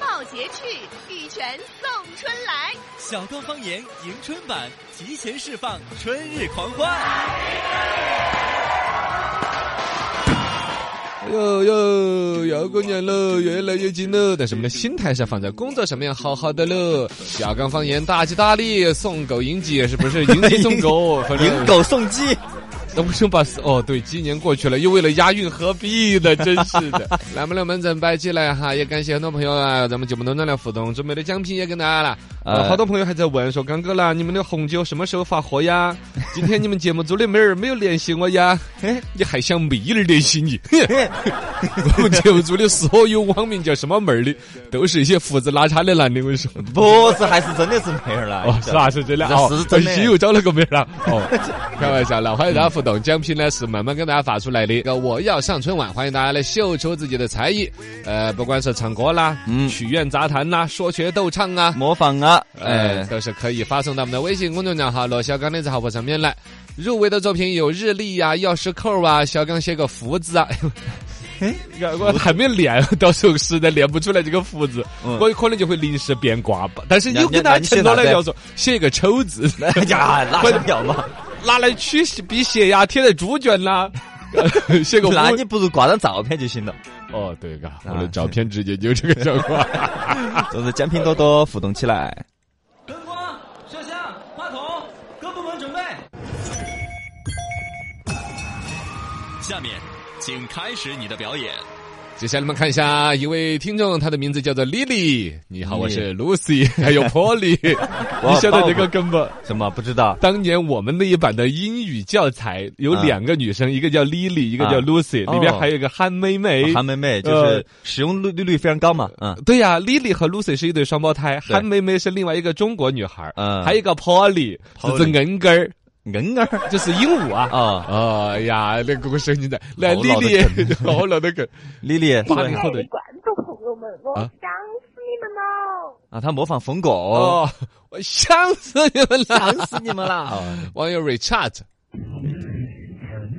告节去，玉泉送春来。小刚方言迎春版提前释放春日狂欢。哟哟，要过年喽，越来越近喽。但是我们的心态是放在工作上面，好好的喽。小刚方言大吉大利，送狗迎鸡是不是？迎 鸡送狗，反正迎狗送鸡，那为什么把哦对，鸡年过去了，又为了押韵何必呢？真是的。来，我们龙门阵摆起来哈，也感谢很多朋友啊，咱们节目中的来互动，准备的奖品也跟大家了。呃，呃好多朋友还在问说，刚哥啦，你们的红酒什么时候发货呀？今天你们节目组的妹儿没有联系我呀？嘿你还想妹儿联系你？ 我们节目组的所有网名叫什么妹儿的，都是一些胡子拉碴的男的，我跟你说。不是还是真的是妹儿了。哦，是吧？是真的哦，是真的西又找了个妹儿了。哦，开玩笑了，欢迎大家互动。奖品呢是慢慢跟大家发出来的。我要上春晚，欢迎大家来秀出自己的才艺。呃，不管是唱歌啦、嗯曲苑杂谈啦、说学逗唱啊，模仿啊，呃，哎，都是可以发送到我们的微信公众账号“罗小刚的账号上面来。入围的作品有日历呀、钥匙扣啊，小刚写个福字啊。哎， 我还没练，到时候实在练不出来这个福字，嗯我可能就会临时变卦吧。但是那有那跟大家那你写承诺哪了，个要说写一个丑字，那 呀，拉我个票嘛， 拿来取辟邪呀，贴在猪圈啦， 写个那五你不如挂张照片就行了。哦，对嘎，我啊的照片直接就这个效果。 就是奖品多多互动起来。灯光、摄像、话筒，各部门准备。下面，请开始你的表演。接下来我们看一下一位听众，他的名字叫做 Lily。你好，我是 Lucy，还 有 Polly。你晓得这个梗不？什么不知道？当年我们那一版的英语教材有两个女生，一个叫 Lily，一个叫啊 Lucy，哦里边还有一个韩妹妹。韩梅梅就呃是使用率利率非常高嘛，嗯，对呀、l i l y 和 Lucy 是一对双胞胎，对韩梅梅是另外一个中国女孩，嗯还有一个 Polly 是 Polly 只恩根 儿，恩嗯儿就是鹦鹉啊。啊，哦呀，那个神经的，来好老的 Lily，好 老的梗，丽丽八零后各的位观众朋友们，我啊想死你们喽！啊，她模仿疯狗，哦，我想死你们了，想死你们啦！网友 Richard，，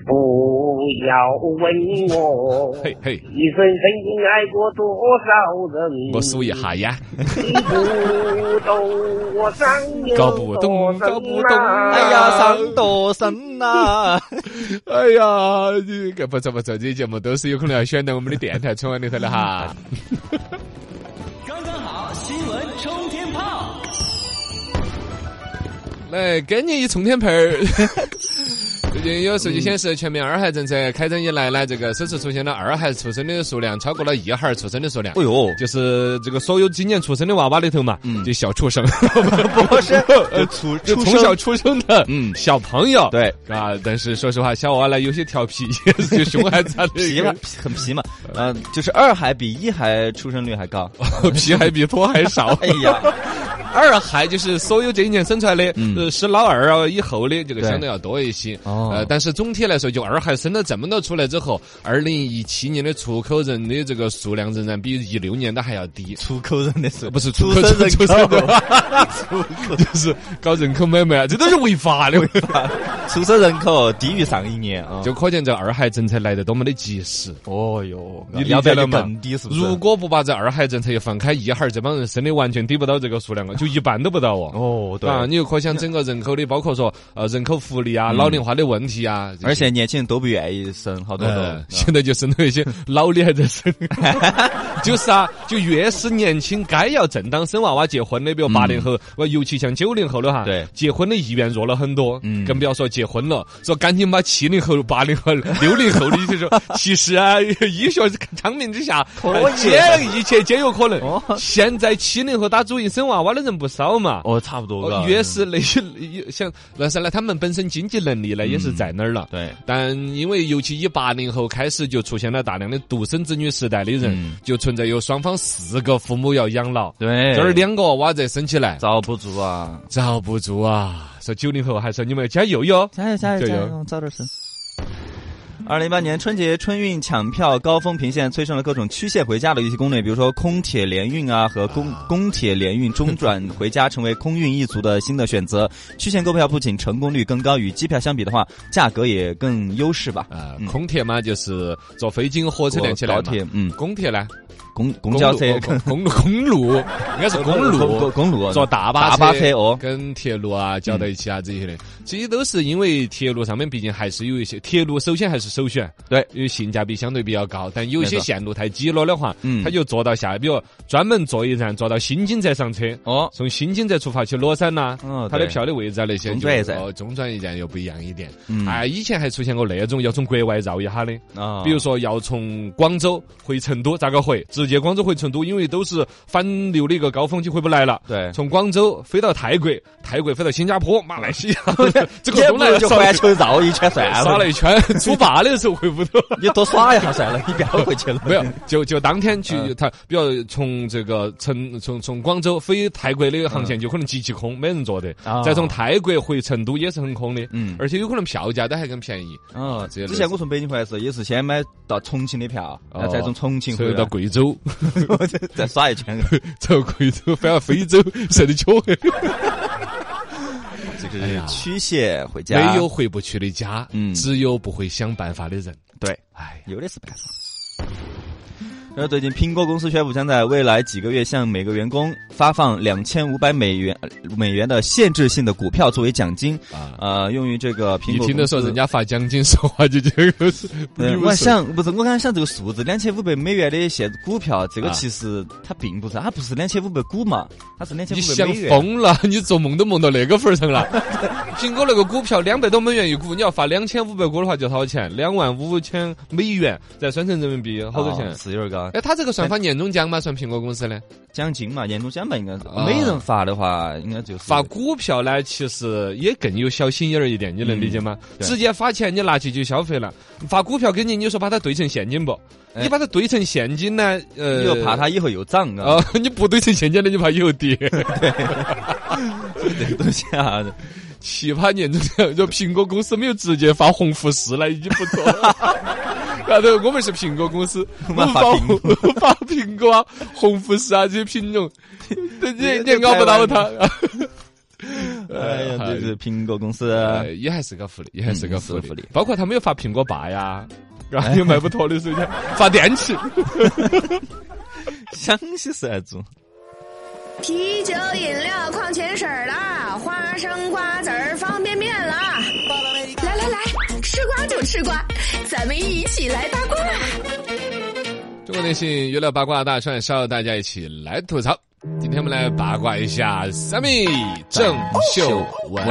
不要问我嘿嘿，一生曾经爱过多少人？我数一下呀，你不懂我伤 有搞不多懂，深搞不懂，啊哎呀，伤多深呐！哎呀，你个不错不错，这些节目都是有可能要选到我们的电台春晚里头的哈。刚刚好，新闻冲天炮。来，给你一冲天盆儿。最近有数据显示，全面二孩政策开展以来呢，这个首次出现了二孩出生的数量超过了一孩出生的数量。哎呦，就是这个所有今年出生的娃娃里头嘛，嗯就小畜生，不 是呃，出就出从小出生的，嗯小朋友，对啊，但是说实话，小娃娃呢有些调皮， 也是熊孩子啊这皮个嘛，皮很皮嘛，嗯，就是二还比一还出生率还高。 皮还比坡还少。 哎呀，二孩就是所有这一年生出来的，嗯呃，是老二啊以后的这个对相对要多一些。哦呃，但是总体来说，就二孩生了这么多出来之后，二零一七年的出口人的这个数量仍然比一六年的还要低。 出口人的是不是出口生人出生口？的，就是搞人口买卖，这都是违法的。 出生人口低于上一年啊！就可见这二孩政策来得多么的及时。哦哟，你理要不解然了就吗？更低是不是？如果不把这二孩政策一放开，一孩儿这帮人生的完全抵不到这个数量啊，就一半都不到哦。哦，对，啊，你又可想整个人口的，包括说呃人口福利啊、老龄化的问题啊，这嗯些而且年轻人都不愿意生，好多都。呃，现在就生了一些老的还 在生，就是啊，就越是年轻该要正当生娃娃结婚的，比如八零后，我尤其像九零后的哈，嗯对结婚的意愿弱了很多，嗯更不要说结婚了，说赶紧把七零后、八零后、六零后的就 说，其实啊，医学昌明之下，以呃皆一切皆有可能哦。现在七零后打主意生娃娃的人不少嘛，哦，差不多哦了。越是那些像那是呢，他们本身经济能力呢嗯也是在那儿了。对，但因为尤其以八零后开始就出现了大量的独生子女时代的人，嗯哎就存在有双方四个父母要养老，对，这儿两个娃娃再生起来遭不住啊！遭不住啊！说九零后还说你们加油哟，加油加油加油，早点生。二零一八年春节春运抢票高峰频现，催生了各种曲线回家的一些攻略，比如说空铁联运啊和公公铁联运中 转回家，成为空运一族的新的选择。曲线购票不仅成功率更高，与机票相比的话，价格也更优势吧？啊、嗯空铁嘛就是坐飞机、和火车连起来高嘛。铁，嗯，公铁呢？公公交车、 公公路公路，应该是公公路。公路坐大巴大巴车哦，跟铁路啊搅到一起啊，这些的，这些都是因为铁路上面毕竟还是有一些铁路，首先还是首选，对因为性价比相对比较高。但有一没些错线路太挤了的话，嗯它就坐到下，比如专门坐一站，坐到新津再上车，哦，从新津再出发去乐山呐哦，它的对票的位置啊那些中就转一站哦中转一站又不一样一点嗯。啊，以前还出现过那种要从国外绕一下的，啊，比如说要从广州回成都，咋个回？直接广州回成都，因为都是反流的一个高峰期，回不来了。对从广州飞到泰国，泰国飞到新加坡、马 来西亚， 这个也东不如南亚就扫环 球绕一圈算耍了了，一圈，出发的时候回不到。 你多耍一下算了，你不要回去了。没有，就就当天去嗯，他比如从这个成从从广州飞泰国的航线，就可能极其空，没人坐的啊。再从泰国回成都也是很空的，嗯而且有可能票价都还更便宜，哦，啊这些之都前是我从北京回来的时候，也是先买到重庆的票，然后再从重庆回哦所以来到，贵州， 再耍一圈。走贵州反而非洲， 晒得黢黑。这个哎呀是驱邪回 家，没有回不去的家，嗯只有不会想办法的人。对，哎，有的是办法。然后最近，苹果公司宣布将在未来几个月向每个员工发放两千五百美元呃美元的限制性的股票作为奖金，啊，呃，用于这个苹一果公司。听到说人家发奖金，说话就觉 得是不对由我手想不是，我刚才想这个数字，两千五百美元的现股票，这个啊其实它并不是，它不是两千五百股嘛，它是两千你五百想美元。疯了， 你做梦都梦到那个份儿上了。苹果那个股票两百多美元一股，你要发两千五百股的话就多少钱？两万五千美元，再算成人民币好多钱哦？是有点高，哎，他这个算发年终奖吗？算苹果公司呢？奖金嘛，年终奖嘛，应该是啊每人发的话，应该就是发股票呢，其实也更有小心眼儿一点，你能理解吗？对直接发钱你拿去就消费了，发股票给你，你说把它兑成现金不？哎你把它兑成现金呢，呃，你又怕它以后又涨啊，啊， 你不兑成现金的，你怕以后跌。这个东西啊，奇葩年终奖， 就苹果公司没有直接发红富士了，已经不错了。 然后我们是苹果公司， 我们们发发苹果我们 发苹果啊、红富士啊这些 品种，你你也熬不到它。 哎呀，这是苹果公司。呃，也还是个福利，也还是个嗯福是利。个福利包括他们有发苹果爸 呀，然后也卖不脱的时候，发电器。想起啥子？啤酒、饮料、矿泉水啦，花生、瓜子儿、方便面啦。来来来，吃瓜就吃瓜，咱们一起来八卦。 中国电信娱乐八卦大串烧，大家一起来吐槽。今天我们来八卦一下 Sammy 郑秀文。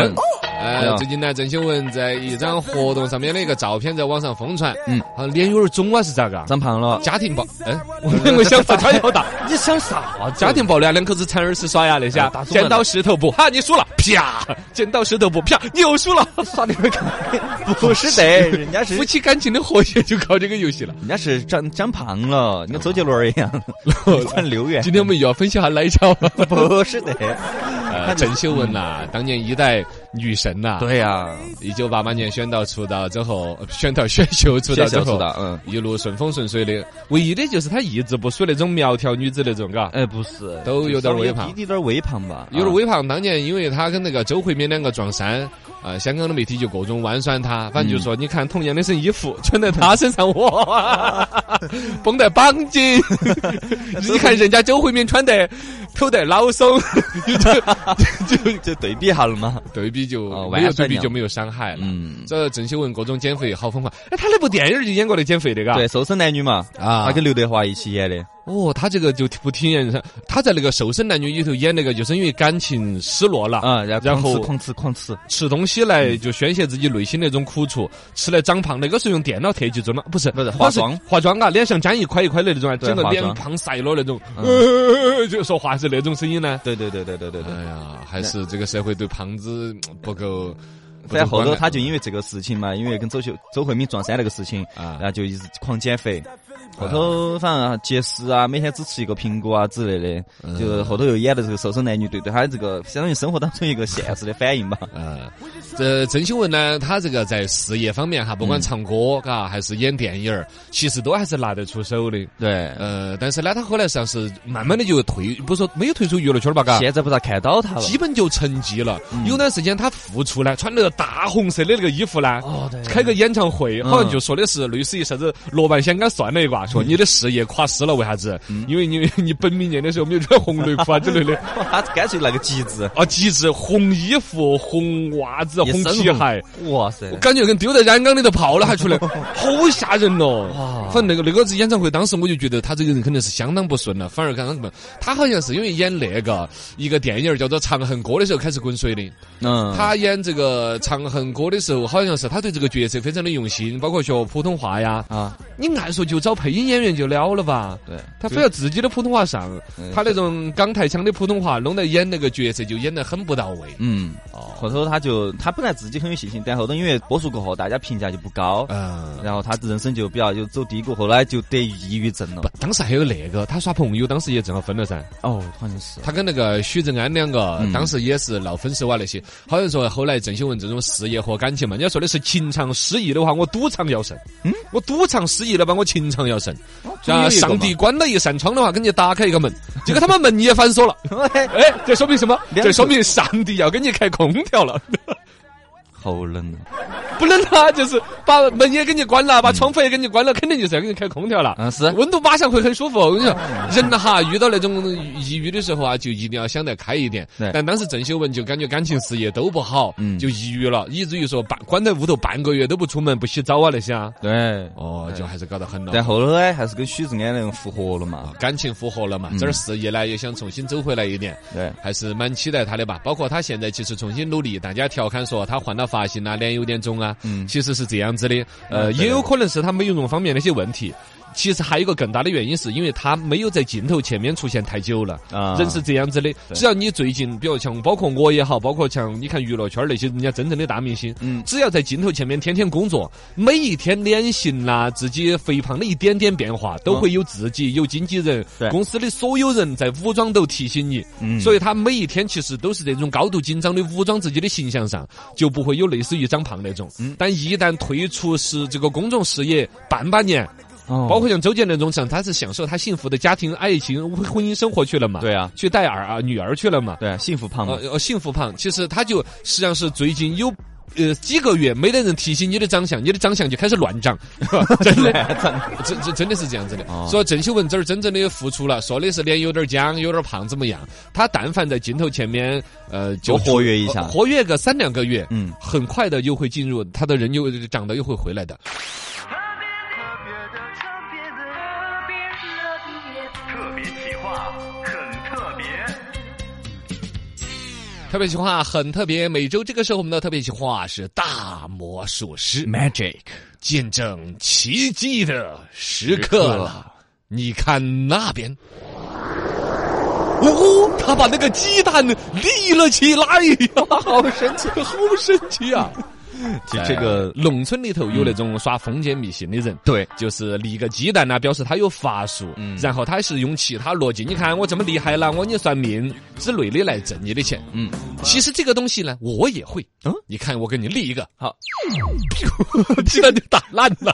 哎呀呃，最近呢，郑秀文在一张活动上面的一个照片在网上疯传，嗯嗯，好像脸有点肿啊，是咋个？长胖了？家庭暴，哎， 我们两个想法差异好大。你想啥子？家庭暴力啊，两口子铲耳屎耍呀那些啊打，中了剪刀石头布，哈，你输了，啪！剪刀石头布，啪，你又输了。耍的有点干不是的，人家是夫妻感情的和谐就靠这个游戏了。人家是长长胖了，你跟周杰伦儿一样，穿六元。今天我们又要分析下奶茶了。不是的，呃，郑秀文呐、当年一代女神呐、对呀、一九八八年选到出道之后，呃选到选秀出道之选秀后出道，嗯一路顺风顺水的。唯一的就是她一直不属于那种苗条女子那种，嘎。哎，不是，都有点微胖稍微有点微胖吧，有点啊。微胖，当年因为她跟那个周慧敏两个撞衫，啊、香港的媒体就各种玩酸她，反正就说、你看同样的身衣服穿在她身上，哇，绷带绑紧，你看人家周慧敏穿的头戴老松，就就就就对比一下了嘛，对比就、哦没有对完善比了就没有伤害了。嗯这郑秀文各种减肥好疯狂，哎，她那部电影就演过来减肥的，嘎。对，瘦身男女嘛，啊他跟刘德华一起演的，哦，她这个就不体验人，她在那个《瘦身男女》里头演那个，就是因为感情失落了啊，然后然狂吃后狂吃狂吃，吃东西来就宣泄自己内心那种苦楚，吃来长胖。那个是用电脑特技做的吗，不是不是它化妆化妆啊，脸上粘一块一块的那种啊，对整个化脸妆胖晒了那种，呃就说话是那种声音呢。对对对对对对对。哎呀，还是这个社会对胖子嗯不够。不反正够后头关爱他就因为这个事情嘛，因为跟周秀周慧敏撞衫那个事情，啊然后就一直狂减肥。后头反正节食啊，每天只吃一个苹果啊之类的，就后头又演了这个瘦身男女，对对他这个相当于生活当中一个现实的反应吧。嗯，这郑秀文呢，她这个在事业方面哈，嗯不管唱歌嘎、还是演电影儿，其实都还是拿得出手的。对， 呃，但是呢，她后来上是慢慢的就退，不是说没有退出娱乐圈儿吧？嘎，现在不咋看到他 了。基本就沉寂了。嗯有段时间她复出呢，穿那个大红色的那个衣服呢，哦对开个演唱会，嗯好像就说的是类似于啥子罗曼香港蒜那一吧，说你的事业垮死了，为啥子？嗯因为你 你本命年的时候没有穿红内裤啊之类的。他干脆来个极 致，啊，极致红衣服、红袜子、红一身皮鞋，红， 哇塞我！感觉跟丢在染缸里头泡了 还出来，好吓人哦！哇反正那个那个子演唱会，当时我就觉得他这个人肯定是相当不顺了，反而刚刚他好像是因为演那个一个电影叫做《长恨歌》的时候开始滚水的。嗯，他演这个《长恨歌》的时候，好像是他对这个角色非常的用心，包括学普通话呀。啊，你按说就找配音演员就了了吧？对，他非要自己的普通话上嗯，他那种港台腔的普通话弄得演那个角色就演得很不到位。嗯，哦，后头他就他本来自己很有信心，但后头因为播出过后，大家评价就不高，嗯。然后他人生就比较就走低谷，后来就得抑郁症了不。，当时还有那个，他耍朋友，当时也正好分了噻。哦，好像是。他跟那个许志安两个，嗯当时也是闹分手啊那些。好像说后来郑秀文这种事业和感情嘛，人家说的是情场失意的话，我赌场要胜。嗯嗯，我赌场失意了吧，我情场要胜。总有啊，一个嘛上 帝关了一扇窗的话，给你打开一个门，结果他妈门也反锁 了。哎，这说明什么？两这说明上帝要给你开空调了。好冷啊！不能啊，就是把门也给你关了，把窗户也给你关了，肯定就是要给你开空调了。嗯是温度马上会很舒服。我跟你说，人哈遇到那种抑郁的时候啊，就一定要想得开一点对。但当时郑秀文就感觉感情事业都不好，嗯就抑郁了，以至于说半关在屋头半个月都不出门、不洗澡啊那些啊。对，哦，就还是搞得很了。但后头呢，还是跟许志安那种复合了嘛啊。感情复合了嘛，这儿事业呢也想重新走回来一点，对，还是蛮期待他的吧。包括他现在其实重新努力，大家调侃说他换了发型啊，脸有点肿啊，嗯其实是这样子的。呃，嗯对也有可能是他美容方面的一些问题。其实还有一个更大的原因，是因为他没有在镜头前面出现太久了。啊人是这样子的，对只要你最近，比如像包括我也好，包括像你看娱乐圈儿那些人家真正的大明星，嗯只要在镜头前面天天工作，每一天脸型啦、自己肥胖的一点点变化，都会有自己、有经纪人嗯对、公司的所有人在武装都提醒你。嗯所以他每一天其实都是这种高度紧张的武装自己的形象上，就不会有类似于长胖那种。嗯但一旦退出是这个公众事业半把年，哦包括像周杰伦这种，像他是享受他幸福的家庭、爱情、婚婚姻生活去了嘛？对啊去带儿啊女儿去了嘛？对幸福胖呃嘛，呃，幸福胖，其实他就实际上是最近有。呃，几个月没得人提醒你的长相，你的长相就开始乱长， 真的，真真真的是这样子的。哦所以郑秀文这儿真正的付出了，说的是脸有点僵，有点胖怎么样？他但凡在镜头前面，呃，就多活跃一下呃活跃个三两个月，嗯嗯，很快的又会进入他的人又长得又会回来的。特别企划很特别，特别企划很特别，每周这个时候我们的特别企划是大魔术师 Magic，见证奇迹的时刻了。你看那边，哦，他把那个鸡蛋立了起来，好神奇， 好神奇 啊！就这个呃农村里头有那种耍封建迷信的人，对，就是立个鸡蛋呐、啊表示他有法术，然后他是用其他逻辑，你看我这么厉害了，我给你算命之类的来挣你的钱。嗯，其实这个东西呢，我也会。嗯嗯，你看我给你立一个， 好，鸡蛋就打烂 了。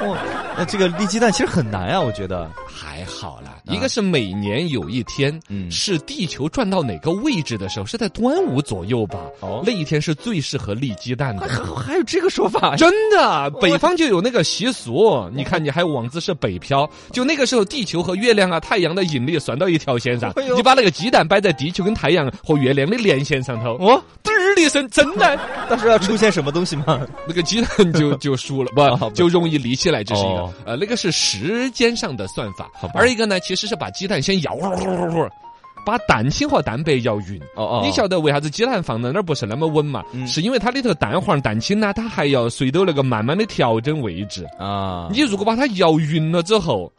哦，那这个立鸡蛋其实很难啊，我觉得。还好啦， 一个是每年有一天，嗯是地球转到哪个位置的时候，是在端午左右吧？哦那一天是最适合立鸡蛋的。还有这个说法真 的，北方就有那个习俗。你看，你还妄自是北漂，就那个时候，地球和月亮啊、太阳的引力算到一条线上，哎呦你把那个鸡蛋摆在地球跟太阳和月亮的连线上头，哦，嘚儿的一声，真的，到时候要出现什么东 西吗？那个鸡蛋 就就输了，不不就容易离起来，这是一个哦呃，那个是时间上的算法好吧，而一个呢，其实是把鸡蛋先摇。把蛋清和蛋白摇匀，哦哦你晓得为啥子鸡蛋放在那儿不是那么稳嘛？嗯是因为它里头蛋黄、蛋清呢，它还要随着那个慢慢的调整位置。啊，你如果把它摇匀了之后，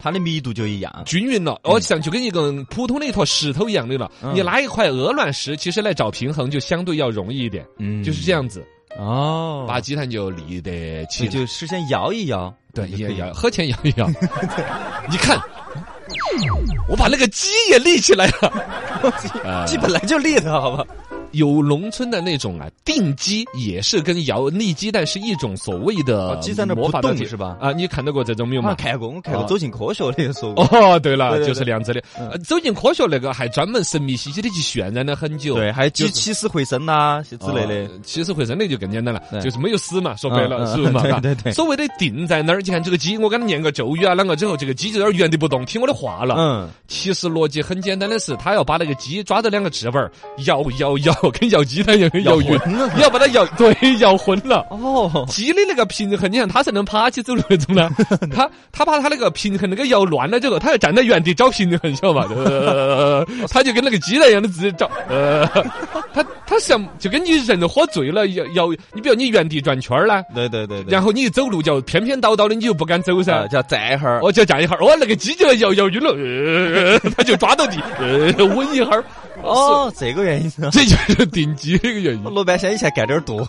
它的密度就一样。均匀了，哦，像就跟一个普通的一坨石头一样的了。嗯你拿一块鹅卵石，其实来找平衡就相对要容易一点，嗯就是这样子，哦把鸡蛋就立得起你来。就事先摇一摇， 对，就可也以啊摇，喝前摇一摇。 你看，我把那个鸡也立起来了。 呃鸡本来就立的好吧？有农村的那种啊，定鸡也是跟摇立鸡蛋是一种所谓的哦鸡在那魔不法标动题是吧啊，你看到过这种没有我嘛？看过，我看过啊《走进科学》那个说过。哦，对了，对对对嗯就是那样子的。呃走进科学那个还专门神秘兮兮的去渲染了很久。对，还有就鸡是起死回生啦之类的。呃其实回生那就更简单了对，就是没有死嘛，说白了嗯嗯是不是嘛？对对对所谓的定在那儿，你看这个鸡，我给它念个咒语啊，啷个之后，这个鸡就在那儿原地不动，听我的话了。嗯，其实逻辑很简单的是，他要把那个鸡抓着两个翅膀儿摇摇摇，跟摇鸡蛋一样摇摇晕昏了，要把它摇对摇昏了。啊哦，鸡的那个平衡，你看它才能爬起走路那种呢。它它把它那个平衡那个摇乱了之后，它要站在原地找平衡，晓得嘛？呃，它就跟那个鸡蛋一样的自己找。呃，它它像就跟你人喝醉了摇摇，你比如你原地转圈儿呢，对对对对。然后你一走路就偏偏倒倒的，你又不敢走噻啊，。叫站一会儿。我就站一会儿，哦，那个鸡就摇摇晕了，呃，它就抓到地，呃，稳一会儿。哦，这个原因是吧。这就是定鸡的一个原 因。罗半仙以前干点儿多。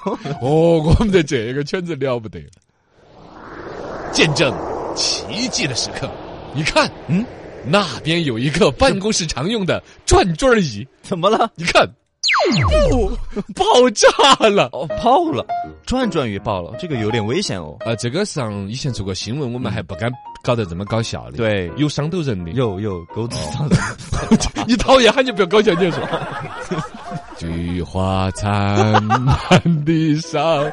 哦，我们在这个圈子了不得，见证奇迹的时刻。你看，嗯，那边有一个办公室常用的转转儿椅， 怎么了？你看，哦，爆炸了！哦，爆了，转转也爆了，这个有点危险哦。啊，这个上以前做过新闻，我们还不敢搞得这么搞笑的，对有伤到人的。有有狗子上你讨厌喊就不要搞笑，你就说。 菊花残满地伤，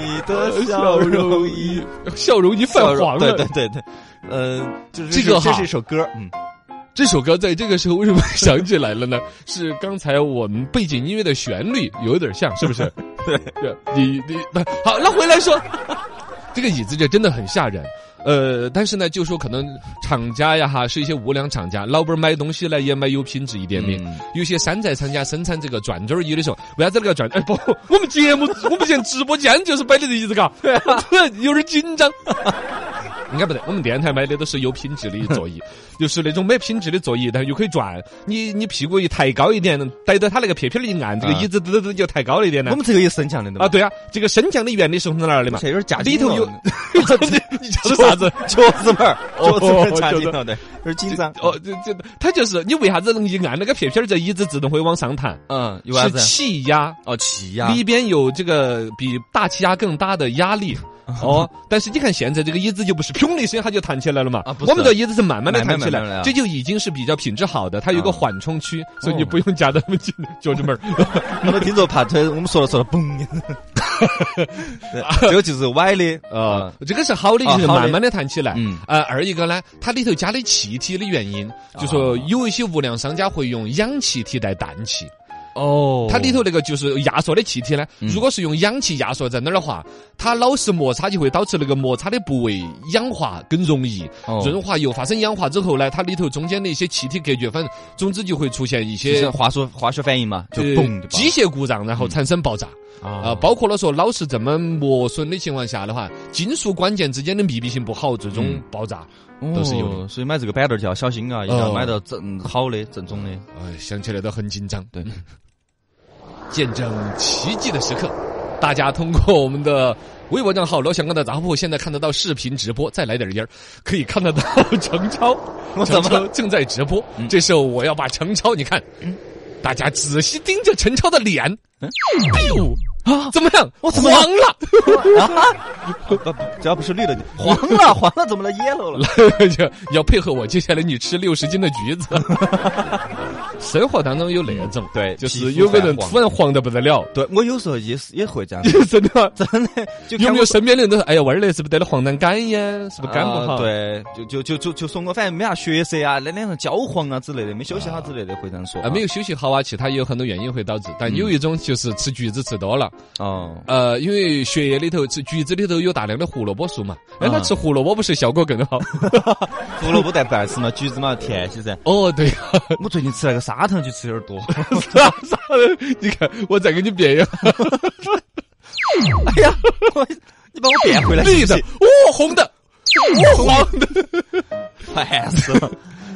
你的笑容已笑容已哦 泛笑容黄了。对对对对，呃，就是这个这哈是一首歌，嗯，这首歌在这个时候为什么想起来了呢？ 是刚才我们背景音乐的旋律有点像，是不是？对对，你你不好，那回来说， 这个椅子这真的很吓人。呃，但是呢，就说可能厂家呀哈，是一些无良厂家，老板儿买东西呢也买有品质一点的。嗯有些山寨厂家生产这个转转儿椅的时候，为啥子那个转？哎不，我们节目我们现在直播间就是摆的这椅子嘎，我突然有点紧张。应该不对，我们电台买的都是有品质的座椅， 就是那种没品质的座椅，但又可以转。你你屁股一抬高一点，逮到它那个撇撇儿一按，这个啊椅子嘚嘚嘚就抬高了一点呢我。们这个也升降的对啊，吧？对啊，这个升降的原理是从哪儿来 的嘛？这有点假里头有，你讲的啥子？ 桌子门儿，哦桌子门 儿夹就是进头的，有点紧张。哦，这这，它就是你为啥子能一按那个撇撇儿，这椅子自动会往上弹？嗯，有啥是子？气压，哦，气压里边有这个比大气压更大的 压力。哦，但是你看现在这个椅子就不是砰的一声它就弹起来了嘛，啊不是我们的椅子是慢慢的慢慢弹起来，慢慢来啊这就已经是比较品质好的，它有一个啊缓冲区，所以你不用夹得那么紧，脚趾 门儿。那么听着怕腿，我们说了说了，嘣， 对这个就是歪的呃啊，，这个是好的，啊就是好的慢慢的弹起来。嗯呃，二一个呢，它里头加的气体的原因，就啊说有一些无良商家会用氧气替代氮气。哦它里头那个就是压缩的气体呢，嗯如果是用氧气压缩在那儿的话，它老是摩擦就会导致那个摩擦的部位氧化更容易，哦润滑油发生氧化之后呢，它里头中间的一些气体隔绝，反正总之就会出现一就是些。化学化学反应嘛，就呃嘣就爆嗯机械故障，然后产生爆炸啊、啊包括了说老是这么磨损的情况下的话，金属关键之间的密闭性不好，最终嗯爆炸。都都是有所以买这个板凳儿就要小心啊，一定要哦买到正好的正 宗的。哎，想起来都很紧张。对，见证奇迹的时刻，大家通过我们的。微博账号“老香港的杂货铺”现在看得到视频直播，再来点烟儿，可以看 得到 程超，我怎程么嗯超正在直播。这时候我要把程超，你看，大家仔细盯着程超的脸，哎呦啊，怎么样？嗯我怎么了黄了？ 不不，只要不是绿的，啊黄 了黄了，怎么了？yellow 了？就要配合我接下来你吃六十斤的 橘子。生活当中有那种， 对就是有个人皮肤泛黄突然黄得不得了，，对我有时候也是也会这样真的吗？ 真的就 有看没我有身边的人都说，哎呀，娃儿嘞，是不是得了黄疸杆呀？是不是肝不啊好？，对，就就就就就说我反正没啥血色啊，那脸上焦黄啊之类的，没休息好之类的，会这样说啊，没有休息好啊，其他也有很多原因会导致。但嗯有一种就是吃橘子吃多了，哦，呃，因为血液里头吃橘子里头有大量的胡萝卜素嘛，哎，那啊吃胡萝卜不是效果更 好？胡萝卜蛋白吃嘛，橘子嘛甜些 噻。哦，对 呀、我最近吃那个砂糖就吃有点 多，啥啥的，你看我再给你变一下，哎呀，我你把我变回来绿行的，不哦，红的，哦，黄的， 行，烦死了。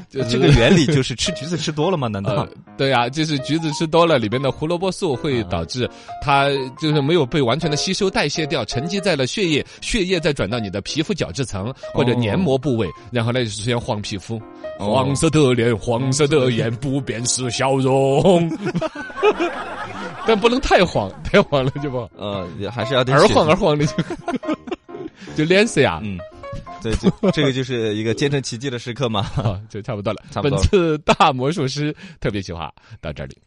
就哎这个原理就是吃橘子吃多了吗？难道呃？，对啊，就是橘子吃多了，里边的胡萝卜素会导致它就是没有被完全的吸收代谢掉，沉积在了血液，血液再转到你的皮肤角质层或者黏膜部位，然后呢就出现黄皮肤。哦黄色的脸，黄色的眼，不变是笑容。 但不能太黄，太黄了就不好， 呃，还是要得而选黄而黄的就就啊脸色呀，嗯，对，就这个就是一个见证奇迹的时刻嘛。嗯啊，就差不多了。差不本多了啊次大魔术师特别企划到这里。